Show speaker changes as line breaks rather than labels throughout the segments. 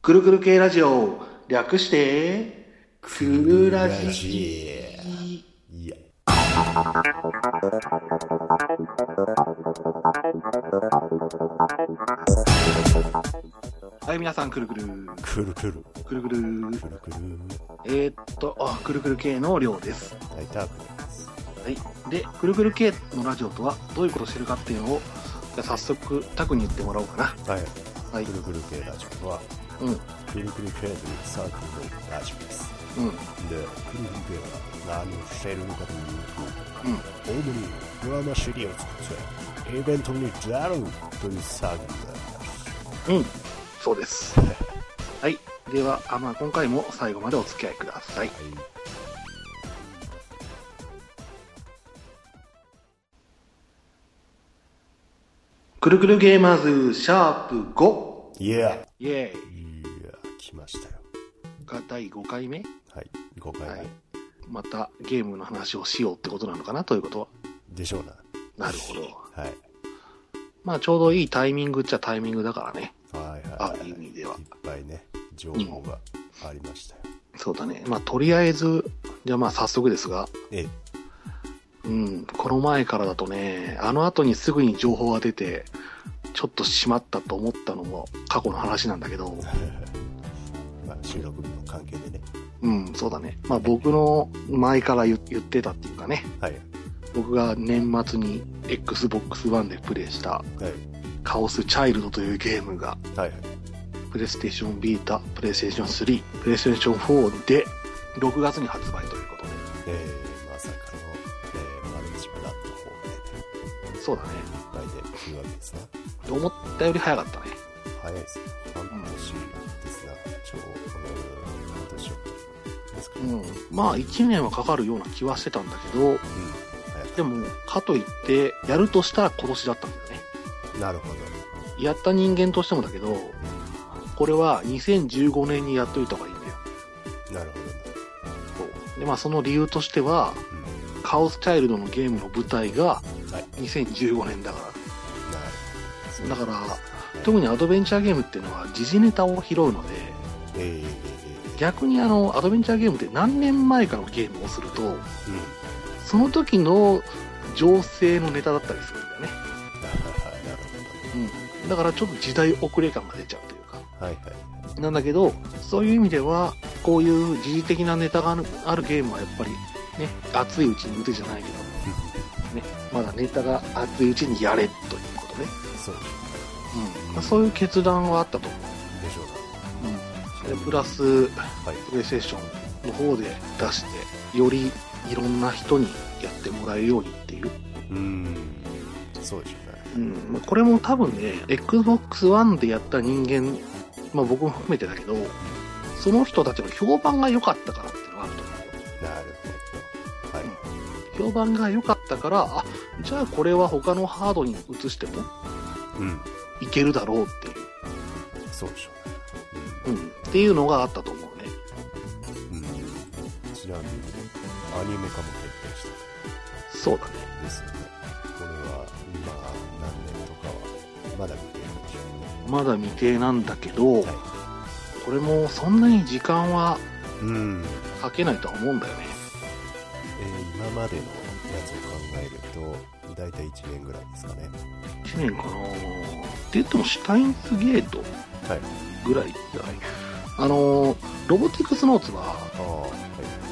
くるくる系ラジオ、略して、くるラジ。
いや。
はい、皆さん、くるくる、
くるくる。
くるくる。
くるくる。
えー、っと、あ、くるくる系の量です。
大体合ってます。
はい。で、くるくる系のラジオとは、どういうことをしてるかっていうのを、じゃあ早速、タクに言ってもらおうかな。
はい。
はい
く。るくる系ラジオは、
うん、うん。
くるくる系というサークルのラジオです。で、くるくる系は何をしているのかというと、主にドラマシリーズを作って、イベントに出るというサークルであります。
うん。うん。そうです。はい。では、あまあ、今回も最後までお付き合いください。くるくるゲーマーズ、シャープ5。
いや。
イエーイ。
いや、来ましたよ。
が第5回目。
はい。5回
は
目。
いまたゲームの話をしようってことなのかなということは。
でしょうな。
なるほど。
はい。
まあちょうどいいタイミングっちゃタイミングだからね。
はいはい、
あ
はい。
いい意味ではい
っぱいね、情報がありましたよ。
そうだね。まあとりあえず、じゃあまあ早速ですが、
ええ、
うん、この前からだとね、あの後にすぐに情報が出て、ちょっとしまったと思ったのも過去の話なんだけど、
まあ、収録日の関係でね。
うん、そうだね。まあ僕の前から言言ってたっていうかね、
はい。
僕が年末に Xbox One でプレイした
はい。
カオスチャイルドというゲームが
はい。
プレイステーションビータ、プレイステーション3、プレイステーション4で6月に発売ということで。
えー、まさかの、えー、マルチプラットフォームで、
そうだね。
いっぱいで来るわけですな。
思ったより早かったね。
早いですね。半年ですな。超、うん、半年ちょっとですか
う
ね。
ん。まあ1年はかかるような気はしてたんだけど、
うん。早
でも、かといって、やるとしたら今年だったんだよね。
くなるほど。
やった人間としてもだけど、これは2015年にやっといた方がいいんだよ。
なるほどね。
そうで、まあその理由としては、カオスチャイルドのゲームの舞台が
うん。はい。
2015年だか
なるほ
ら。だ
ど
から、特にアドベンチャーゲームっていうのは時事ネタを拾うので、
えー、えー、
逆にあのアドベンチャーゲームって何年前かのゲームをすると
えー、うん。
その時の情勢のネタだったりするんだよね、
なるほどね
うん、だからちょっと時代遅れ感が出ちゃうというか
はいはい。
なんだけどそういう意味ではこういう時事的なネタがあるあるゲームはやっぱりね熱いうちに打てじゃないけど、ね、まだネタが熱いうちにやれということね、
そう
うんまあ、そういう決断はあったと思
でしょう
う、うん、でプラス
か。はい。
プレイステーションの方で出してよりいろんな人にやってもらえるようにっていう、
うーん。そうでしょうね。
うんまあこれも多分ね XBOX ONE でやった人間、まあ、僕も含めてだけどその人たちの評判が良かったからっていうのがあると思
なるほど。はい。
う評判が良かったからあじゃあこれは他のハードに移しても
うん。
いけるだろうってい
そうでしょうね。
う、うん、っていうのがあったと思うね
うん。うん。ちなみに、アニメ化も決定し
そうだね
た。ですよね。これは、今、何年とかは、まだ見てるんでしょ
まだ未定なんだけど
うね。
こ
は。
れもそんなに時間はい
うん。
かけないとは思うんだよね
えー今までのやつを考えると、大体1年ぐらいですかね。
1年かなって言ってもシュタインズゲート
はい。
ぐらいじゃないあのーロボティクスノーツは
ああ、はい。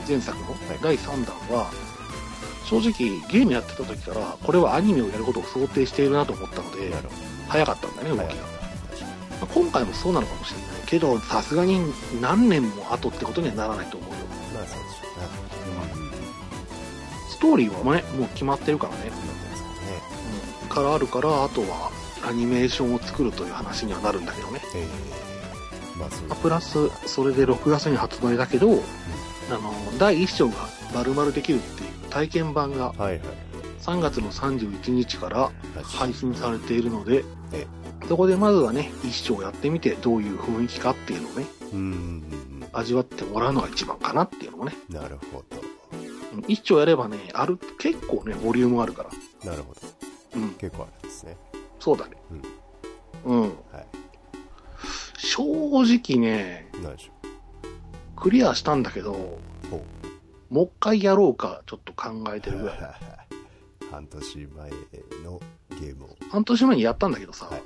前作の
い
第3弾は正直ゲームやってた時からこれはアニメをやることを想定しているなと思ったので
なるほ
早かったんだね動
ど。
きが、
はい。
ま
確かに。
あ今回もそうなのかもしれないけどさすがに何年も後ってことにはならないと思うよ
まあ、そうでしょうね。うん。
ストーリーはねもう決まってるからね、
なってますからね。
うん、からあるからあとはアニメーションを作るという話にはなるんだけどね
えー、まあそういう
プラスそれで6月に発売だけど、あの第1章が丸々できるっていう体験版が
はいはい。
3月の31日から配信されているので
え
そこでまずはね1章やってみてどういう雰囲気かっていうのをね
うんうん
味わってもらうのが一番かなっていうのもね
うん。なるほど。
うん1章やればねある結構ねボリュームあるから
なるほど。
うん
結構あるんですね。
そうだねうん、
はい。
正直ね、
何でしょ
クリアしたんだけど、
う。ほ う。
もう一回やろうか、ちょっと考えてるぐらい。
半年前のゲームを
半年前にやったんだけどさ、
はい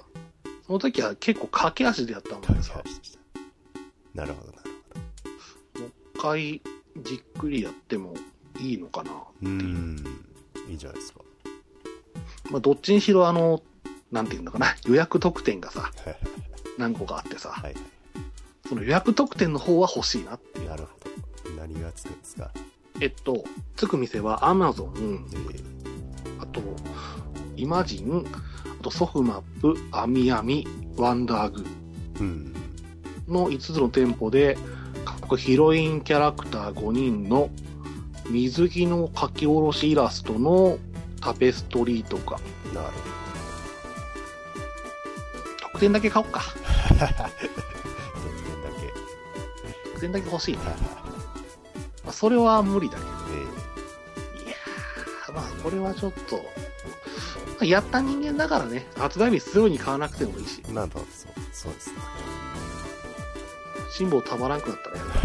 その時は結構駆け足でやったもん
開
でさ、
発した。なるほど、なるほど。
一回じっくりやってもいいのかな。
うーん。いいんじゃないですか。
まあ、どっちにしろあの、なんていうんだかな、予約特典がさ、
はい
何個かあってさ、
はい。
その予約特典の方は欲しいな。
なるほど。何がつくんですか
えっと、つく店は Amazon
え、ー
あと、イマジン、あとソフマップ、アミアミ、ワンダーグ
うん。
の5つの店舗で、各ヒロインキャラクター5人の水着の書き下ろしイラストのタペストリーとか、
なる
特典だけ買おうか。
ほど。全然だけ。
特典だけ欲しいね。
はいは
まあ、それは無理だけど。
いえ
いやー、まあ、これはちょっと、まあやった人間だからね、発売日すぐに買わなくてもいいし、
ーなんだろうそう、そうですね。
辛抱たまらんくなったらやるから。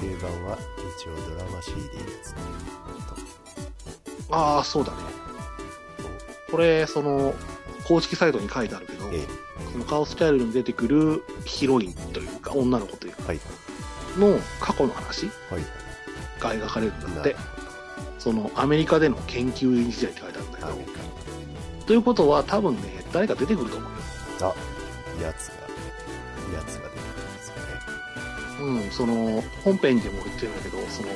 定番は一応ドラマ CD ですね。
ああ、そうだね。
と
これ、その、公式サイトに書いてあるけど、
ええ
そのカオスチャイルドに出てくるヒロインというか、女の子というか、
はい。
の過去の話
はい。
が描かれるんだっ
な
て、その、アメリカでの研究員時代って書いてあるんだけど、
アメリ
ということは多分ね、誰か出てくると思うよ。
カ。あ、やつが、やつが出てくるんですかね。
うん、その、本編でも言ってるんだけど、その、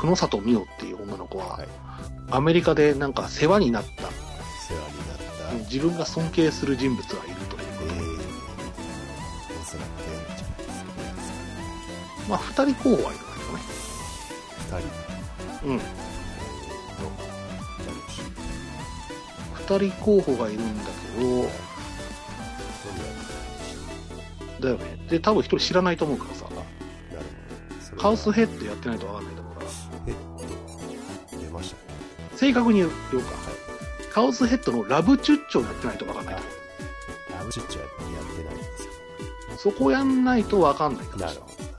久野里美桜っていう女の子は、
はい。
アメリカでなんか世話になった、
世話になった、え
自分が尊敬する人物がいるという
えおそらく出るんじゃないですかね。
まあ、二人候補はいる
二人、
んだよね。
えーの、誰でしょう。
うん。二人候補がいるんだけど、
それは
だよね。で、多分一人知らないと思うからさ、
なるほど。それは
カオスヘッドやってないとわかんないと思うから、
えっと出ましたね。
正確に言おうか。
はい。
カオスヘッドのラブチュッチョやってないとわかんないと思
ラブチュッチはやってないんですよ。
う。そこやんないとわかんないかも
な
しれな
るほど。なる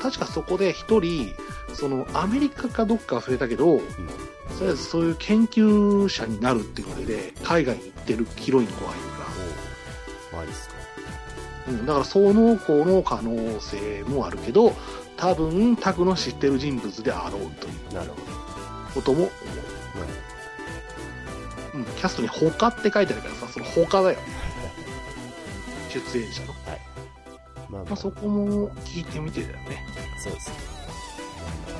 ほ
い。確かそこで一人、そのアメリカかどっか忘れたけど、
ど。うん。
とりあえずそういう研究者になるっていうので、海外に行ってるヒロインの子がいるから、
おお。マジですか。
うん、だからその子の可能性もあるけど多分タクの知ってる人物であろうという
なるほど。
ことも思
なる
う、うん、キャストに「他」って書いてあるからさその「他」だよね出演者の、
ほど。まあ、ま
まあ、
あ、そ
そこも聞いてみてだよね
うですね。まあ、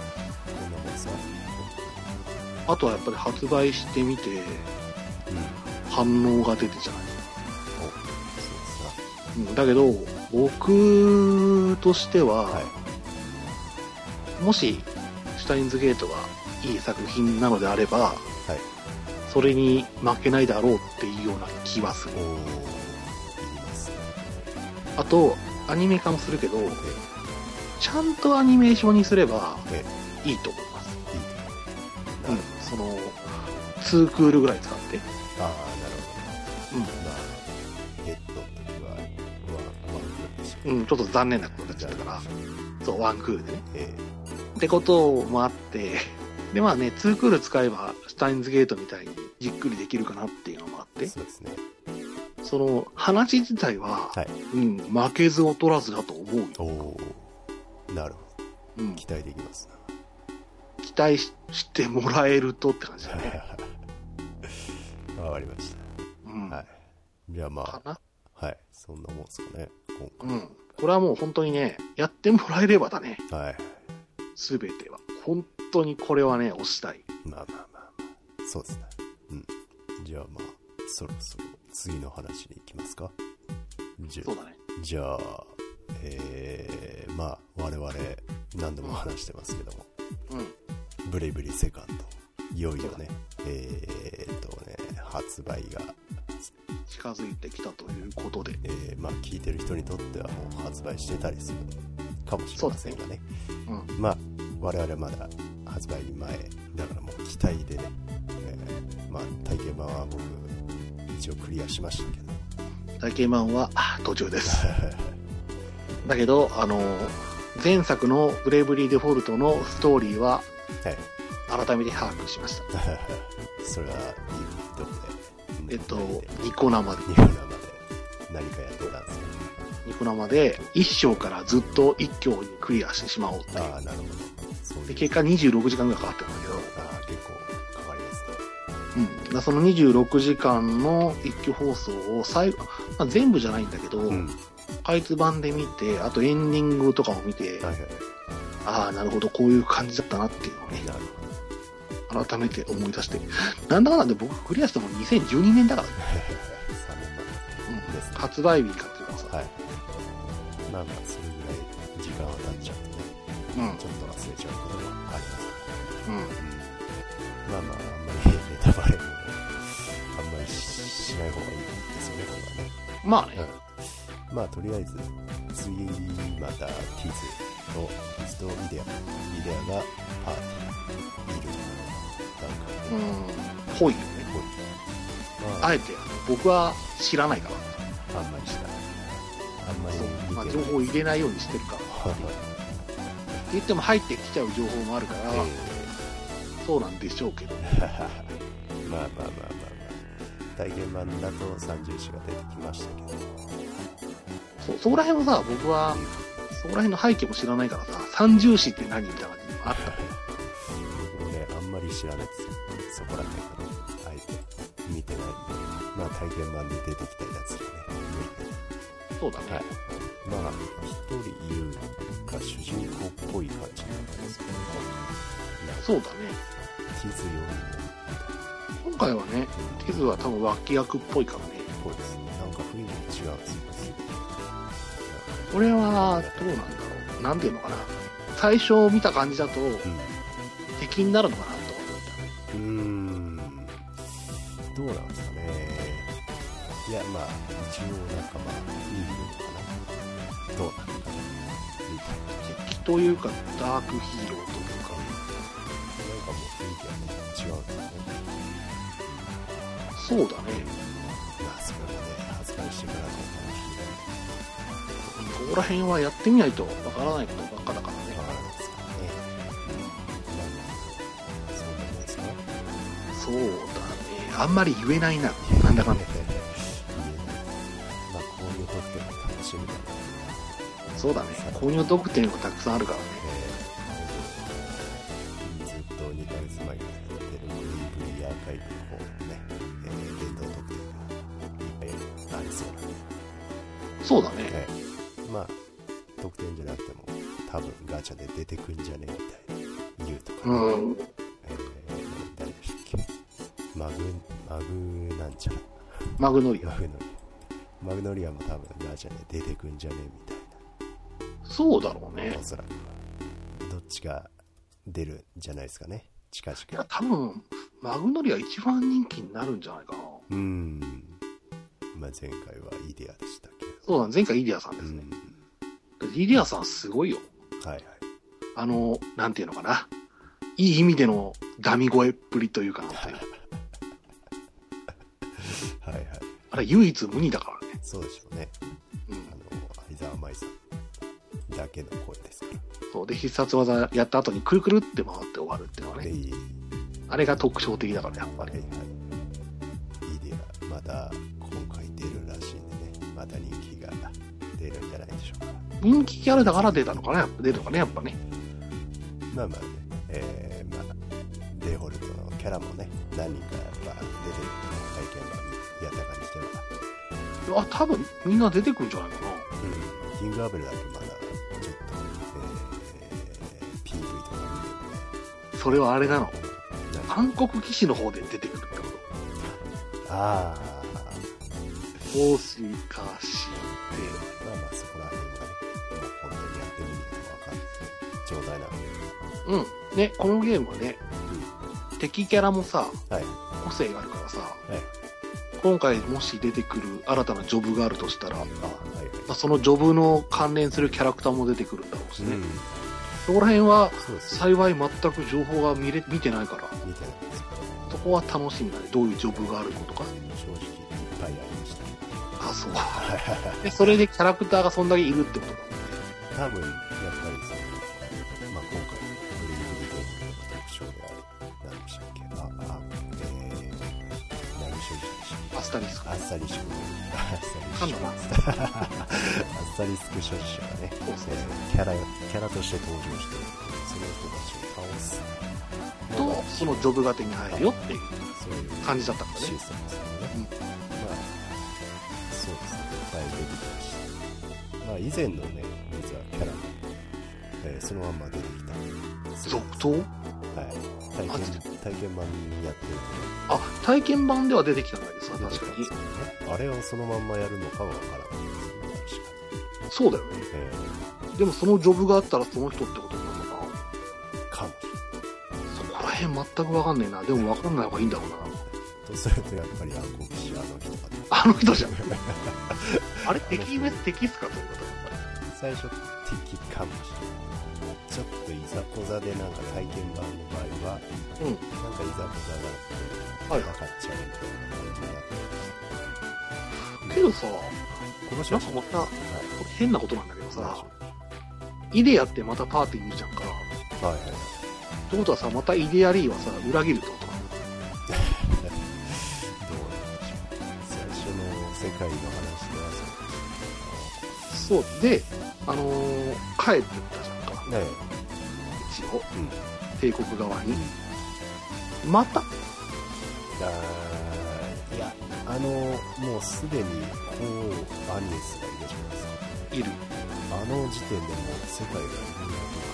こんなもんですわ。
あとはやっぱり発売してみて
うん。
反応が出てじゃない
お、そうですな。
うん、だけど僕としては、
はい。
もしシュタインズゲートがいい作品なのであれば、それに負けないだろうっていうような気はする
おお。いりますね。
あと、アニメ化もするけど、
え
ちゃんとアニメーションにすれば
え
いいと思います。
え、いいね。な
うん
るほど。、
その、ツークールぐらい使って。
ああ、なるほ
う
ど。
ん
まあ、ヘッドの時は、ワン、ワンクラップしか。
うん、ちょっと残念なことになっちゃったから、そう、ワンクールでね。
ええ
ってこともあって、で、まあね、ツークール使えば、シュタインズゲートみたいにじっくりできるかなっていうのもあって、
そうですね。
その、話自体は、
はい
うん、負けず劣らずだと思うよ。
おお。なるほど。
うん、
期待できますな。
期待ししてもらえるとって感じだね。
わかりまし
うん、
た。はい。じゃあま
か
あ、
な
はい。そんなもんですかね。今
うん。これはもう本当にね、やってもらえればだね、
回。はい。
すべては。本当にこれはね、押したい。
まあまあまあまあ。そうですね。うん。じゃあまあ、そろそろ次の話に行きますか。じゃ
そうだね。
じゃあ、えー、まあ、我々、何度も話してますけども、
うん。
ブレイブリーセカンド、いよいよね、えーっとね、発売が、
近づいてきたということで。
えー、まあ、聞いてる人にとってはもう発売してたりするかもしれませんがね。
うん。
まあ我々まだ発売前だからもう期待でね、えーまあ体験版は僕一応クリアしましたけど
体ケマンはあ途中ですだけどあの前作の「ブレイブリー・デフォルト」のストーリーは
はい。
改めて把握しました
それは、どこ
え
で
っとニコ生で
ニコ生で何かやってたんですか
ニコ生で1章からずっと1章にクリアしてしまおうっていう
ああ、なるほど。そういう
で結果26時間ぐらいかかってるんだけど
ああ、結構かかりますね。
うん、だからその26時間の一挙放送を最後、まあ、全部じゃないんだけど、
うん。
かいつ版で見て、あとエンディングとかも見て、
はいはい。
ああ、なるほど、こういう感じだったなっていうのをね、
なる
改めて思い出して、なんだかんだで僕クリアしたのも2012年だからね、
ほど。3年
うん
ですね
発売日かっていうかさ、
前。はい。なんか、それぐらい時間は経っちゃって、
うん、うん、
ちょっと忘れちゃうこともありますね。うん。まあまあ、あんまりネタバレも、あんまりししない方がいいですよね、これはね。
まあね、
まあとりあえず次またキズとストーミデアミデアがパーティーいる段階
う
で
ん、濃いよね。
こうまあ
あえて、僕は知らないから、
あんまりしないあんまり
そうまあ、
見て
情
ない
報を入れないようにしてるから。って
はいはい
言っても入ってきちゃう情報もあるから、
え
そうなんでしょうけど。
ーまあまあまあまあまあ体験版だと30種が出てきましたけど
そうそこら辺はさ、僕は、そこら辺の背景も知らないからさ、三重視って何みたいな感じもあった。
僕もねあんまり知らないですよそこら辺からあえて見てないんでまあ体験版で出てきたやつをね見て
そうだね。
はい、まあ一人いるか主人公っぽい感じになったんですけど、なんか
そうだね。
地図読み
今回はね、地図は多分脇役っぽいからね。
っぽいですねなんか雰囲気違うんですよ
これは、どうなんだろう。なんていうのかな。最初見た感じだと、敵になるのかなと思っ
うんうーんどうなんですかねいやまあ一応なんかまあいいのかなどうなんだろうみたいな
たよ。敵というか、ダークヒーローというか、
なんかもう雰囲気はね違うんですよね
そうだね。
まあそれもね発売してからだったんですけど
ここら辺はやってみないとわからないことばっかだからね。
なんですかね。なんそう
そう
なんですか。
だね。あんまり言えないな。なんだかんだ。
まあ、こういう特典も楽しみだな。
そうだね。購入特典がたくさんあるからね。
えー、ずっと2ヶ月前にやってるブリブリアーカイブの方のね、えー、伝統特典がいっぱいありそうなんで
そうだね。
ね。まあ、特典じゃなくても、多分ガチャで出てくんじゃねえみたいな言うとか、ね。
うん。
えー、誰でしたっけマグマグなんちゃら
マグノリ
マ
ア。
グノリアマグノリアも多分ガチャで出てくんじゃねえみ
そうだろう
たい
ね
なお。そらくはどっちが出るんじゃないですかね近
いや
々、
多分、マグノリア一番人気になるんじゃないかな。
うーんまあ前回はイデアでしたけ
そうだね、前回イディアさんで
ど
す
う
ね。
ん
イディアさんすごいよ。
はいはい
あの、なんていうのかな。いい意味でのダミ声っぷりというかなん ていう
はいはい
あれ唯一無二だからね。
そうでしょうね
うん
あ。の相沢舞さんだけの声ですか
そう。で、必殺技やった後にくるくるって回って終わるっていうのは
ら
ね。
いい
あれが特徴的だから、やっぱ
はい
り
は。いイデアまた今回出るらしいんでねまた人気が出るんじゃないでしょうか
人気キャラだから出たのかな、やっぱ出るのかね、やっぱね。
まあまあねえー、まあデフォルトのキャラもね何人かやっぱ出てる体験版にやった感じでは、
あ、多分みんな出てくるんじゃないかな。
うん、キングアベルだけまだちょっと、えー、PV とか
それはあれなの。
見てもね
暗黒騎士の方で出てくるってこと。
ああ
もしかして、
まあまあそこら辺はねまあ本当にやってみると分かる状態なんで、
うん。ね、このゲームはね、敵キャラもさ、
はい
個性があるからさ、
はい
今回もし出てくる新たなジョブがあるとしたら、ま
あはいはい
あ、そのジョブの関連するキャラクターも出てくるんだろうしね。
うん
そこら辺は、
そうですね
幸い全く情報が見れ見てないから、
見てないですから
そこは楽しみだね。どういうジョブがあるのとか。
正直いっぱいありました
あ、そうでそれでキャラクターがそんだけいるってことだ
多分やっぱりその、まあ、今回ブリーフゲームの特徴が何でしたっけああえー、何でしたっけ
アスタ リスク
アッサリシク
噛んだな
アッサリシクアッサリスク諸子がね
そうそう
えーキャラキャラとして登場してその人たちを倒すのが
とそのジョブ型に入るよっていう
そういう
感じだったんだね
システムですよね、
うん
まあそうですねだいぶ出てきたしまあ以前のね実はキャラも、えーそのまんま出てきた
続投
はい、体
マジで
験体験版やってる
あ体験版では出てきたんだけどさ
と
確かに
にあれをそのまんまやるのかはわからないですね
そうだよね
確かに、え
でもそのジョブがあったらその人ってことになるのかな
ー、かもしれない
そこら辺全く分かんねえなでも分かんない方がいいんだろうな
とするとやっぱり暗黒騎士あの人が出て
あの人じゃんあれ敵目敵っすかと思った
最初敵かもしれないちょっといざこざでなんか体験版の場合は
うん
なんかいざこざがあって分かっちゃうみたいな感じになって
けどさ
この人
な
は
んかまた
はい
変なことなんだけど
そう
さイデアってまたパーティーにいるじゃんか
はいはい
ってことはさまたイデアリーはさ裏切るってことか
どうなんでしょう最初の世界の話ではそう
そうであのー帰ってったじゃんか
ね
一応
えうん
帝国側にまた
あーいやあのもうすでにこうアニエスがいるじゃないですか
いる
あの時点でもう世界がいろいろと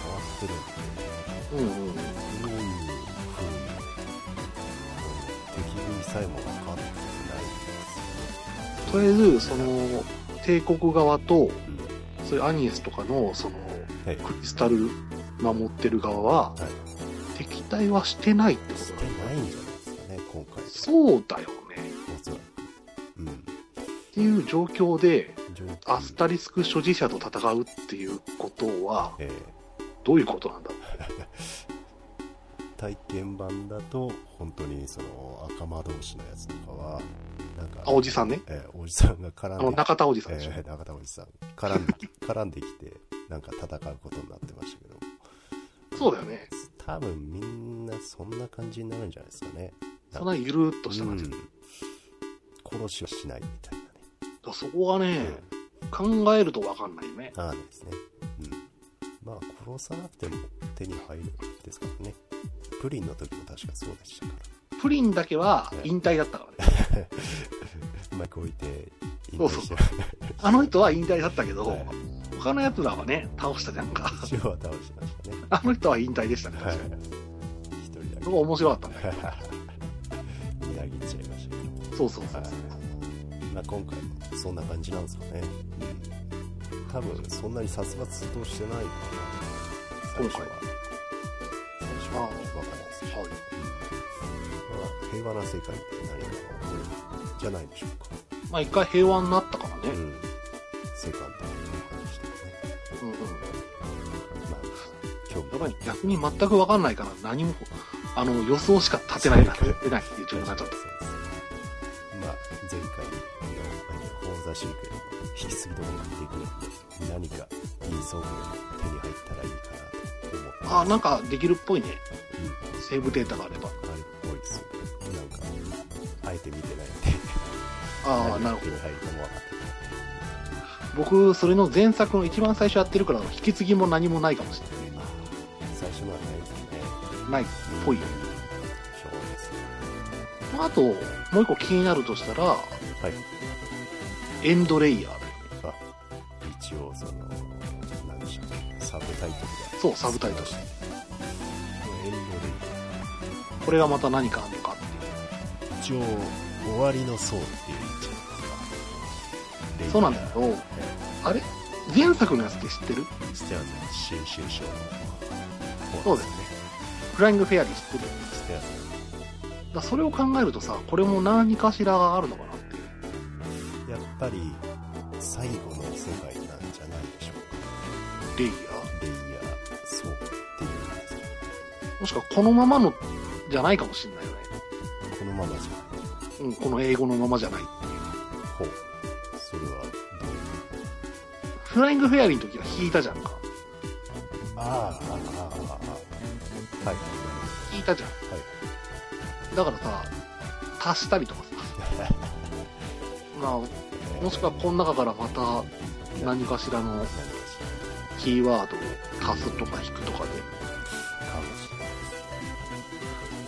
変わって
うんう
るんで
ん
どういう風にうん敵にさえも分かってないんです
とりあえずその帝国側と
うんは
そういうアニエスとかのその
い
クリスタル守ってる側は
は
敵対はしてないって
い
こ
し
と
て
だ
ないんじゃないですかね今回
そうだよね
おそらくうん
っていう状況で
状況
アスタリスク所持者と戦うっていうことは
え
どういうことなんだ
ー体験版だと本当にその赤間同士のやつとかはなんか
あおじさんね
えーおじさんが
あ
絡
の
んで
中田おじさん
え
でしょ、
ー中田おじさん絡んで き絡んできてなんか戦うことになってましたけど
そうだよね
多分みんなそんな感じになるんじゃないですかね
そんなゆるーっとした感じ、
うん、殺しはしないみたいなね、
そこがね、考えると分かんないよね
ああですね、うん、まあ殺さなくても手に入るんですからねプリンの時も確かそうでしたか
プリンだけは
ええ
引退だったからね
らうまく置いて引
そう
退
そう
し
そ
て
うあの人は引退だったけど、
はい
他のやつらはね倒したじゃん か
一応は倒しましたね
あの人は引退でしたね確かに
一人だけ
そこ面白かったんだけ
みなぎっちゃいましたけど
どそうそうそう
はい
そう
まあ、今回もそんな感じなんですかね、うん、多分そんなに殺伐としてないかな
今回は
最初は分からないですし、
はい
まあ平和な世界ってなるのはこれじゃないでしょうか、
まあ一回平和になったからね、
うん、セカンドの話とかね
うんうん、
まあ今日
やっぱり逆に全く分かんないから何もあの予想しか立てないな
そう
出ないっていう状況になっちゃっ
そうですまあ前回のあの講座集計の引き継ぎとかやっていくので何かいい装具が手に入ったらいいかなと思って
たあなんかできるっぽいね
うん
セーブデータがあれば
あれっぽいですよねなんかあえて見てないんで
ああなるほど
ど入るかも分かってない
僕それの前作の一番最初やってるから引き継ぎも何もないかもしれないね
あー最初のはないですね
ないっぽいよ、
そうですね
まあ、あともう一個気になるとしたら
はい
エンドレイヤーだよね
あ一応その何でしたっけサブタイトルが
そうサブタイトル
エンドレイ
これがまた何かあるのかっていう
ヤー一応終わりの層っていう位置なんですか
そうなんだけどあれ前作のやつって知ってる
ステアズ新州賞の
そうですねフライングフェアリー知ってる
ステアズ
だからそれを考えるとさこれも何かしらがあるのかなっていう
やっぱり最後の世界なんじゃないでしょうか
レイヤ
レイヤー層っていうんですか
ーもしくはこのままのじゃないかもしれないよね、
このままじゃ
う
ない
ん、この英語のままじゃない
ほうそれ
フライングフェアリーの時は引いたじゃんか。
ああ、ああ、ああ。はい。
引いたじゃん。
は
だからさ、足したりと かさ。まあ、もしくはこの中からまた何かしらの
何かし
キーワードを足すとか引くとかで、
らかもしれないですね。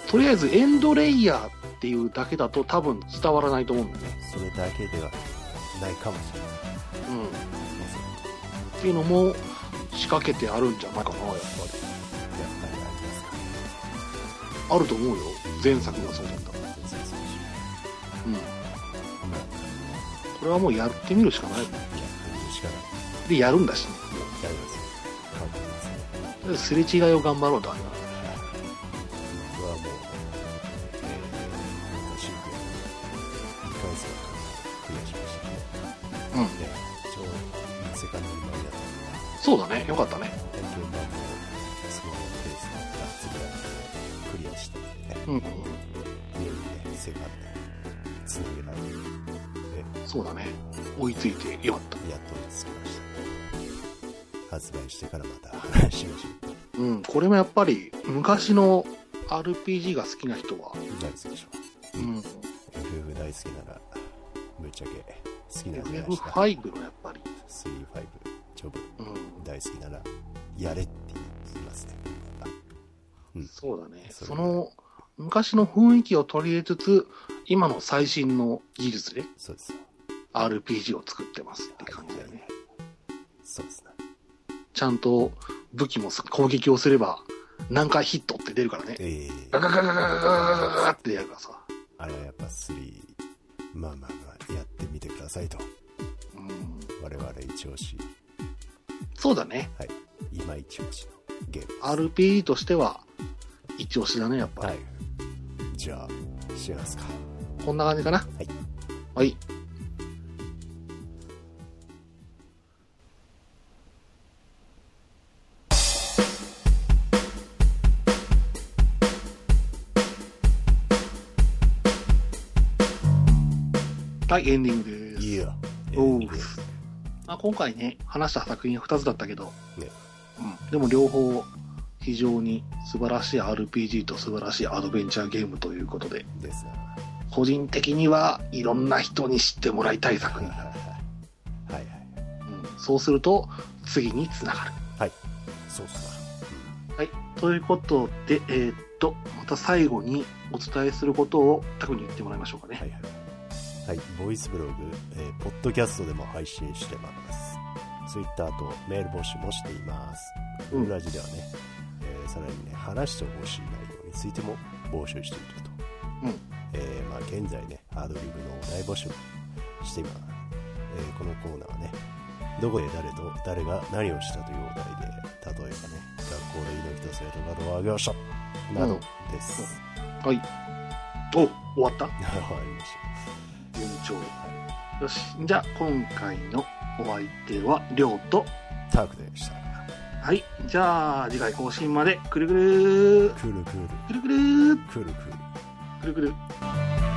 とりあえずエンドレイヤーっていうだけだと多分伝わらないと思うんだよね。
それだけではないかもしれない。
うん。
すいません。や
っていうのも仕掛けてあるんじゃないかな、やっぱり。
っぱりありますか
あると思うよ。前作がそうだったから。
全然そうでし
うん。こ
ょまあ、やって
れはもうやってみるしかない。
みるしかない。
で、やるんだしね。
やりますよ。完璧ですね。
もうすれ違いを頑張ろうとあれな
僕はもう、えー、シークエル2回戦からクリアしましたね。
うん。
で、ちょうどいいセカンドに間に合ったので。
そうだね。よかったね。
体験版もそのペースでラッツぐらいクリアしてね、
うんうん
家にね、セカンドつなげられる
そうだね。追いついてよかっ
やっと落ち着きました。発売してからまた 話しましょう。
た。うん。これもやっぱり昔の RPG が好きな人は、
大好きでしょ。
うん。
FF 大好きなら、ぶっちゃけ好きなのやした。
FF5 のやっぱり、
3、5、ジョブ
うん。
大好きなら、やれって言いますね。
そうだね。
それ
その、昔の雰囲気を取り入れつつ、今の最新の技術で
そうですよ。
RPG を作ってますって感じだよね。
そうですね。
ちゃんと武器も攻撃をすれば、何回ヒットって出るからね。
え
ガガガガガガガガガガ
ー、
ってやるからさ。
あれはやっぱ3、まあまあまあ、やってみてくださいと。
うん。
我々一押し、
そうだね。
はい、今一押しのゲームです。
RPG としては、一押しだね、やっぱ
は
り。
い。じゃあ、しますか。
こんな感じかな。
はい。
はい。はい、エンディングです。
いや。
おう
えー
まあ、今回ね、話した作品は2つだったけど、
ね
うん、でも両方非常に素晴らしい RPG と素晴らしいアドベンチャーゲームということで、
ですな。
個人的にはいろんな人に知ってもらいたい作
はい
品。
はいはい。はいはい。
うん、そうすると、次につながる。
そうっす
はい。ということで、えーっと、また最後にお伝えすることをタクに言ってもらいましょうかね。
な。はいはい。はい、ボイスブログ、えーポッドキャストでも配信してます。ツイッターとメール募集もしています。
うん
ブラジではね、えーさらにね、話してほしい内容についても募集していると。
うん
えーまあ、現在ね、アドリブのお題募集もしています。えーこのコーナーはね、どこで誰と誰が何をしたというお題で、例えばね、学校で祈りと生徒などを挙げました。などです。
はい。お、終わった
なるほど、ありました。
順調。よし。じゃあ、今回のお相手は、りょうと、
タークでした。
はい。じゃあ、次回更新まで、くるくるー
クールクール、
くるくるー
クールクール。
くるくる。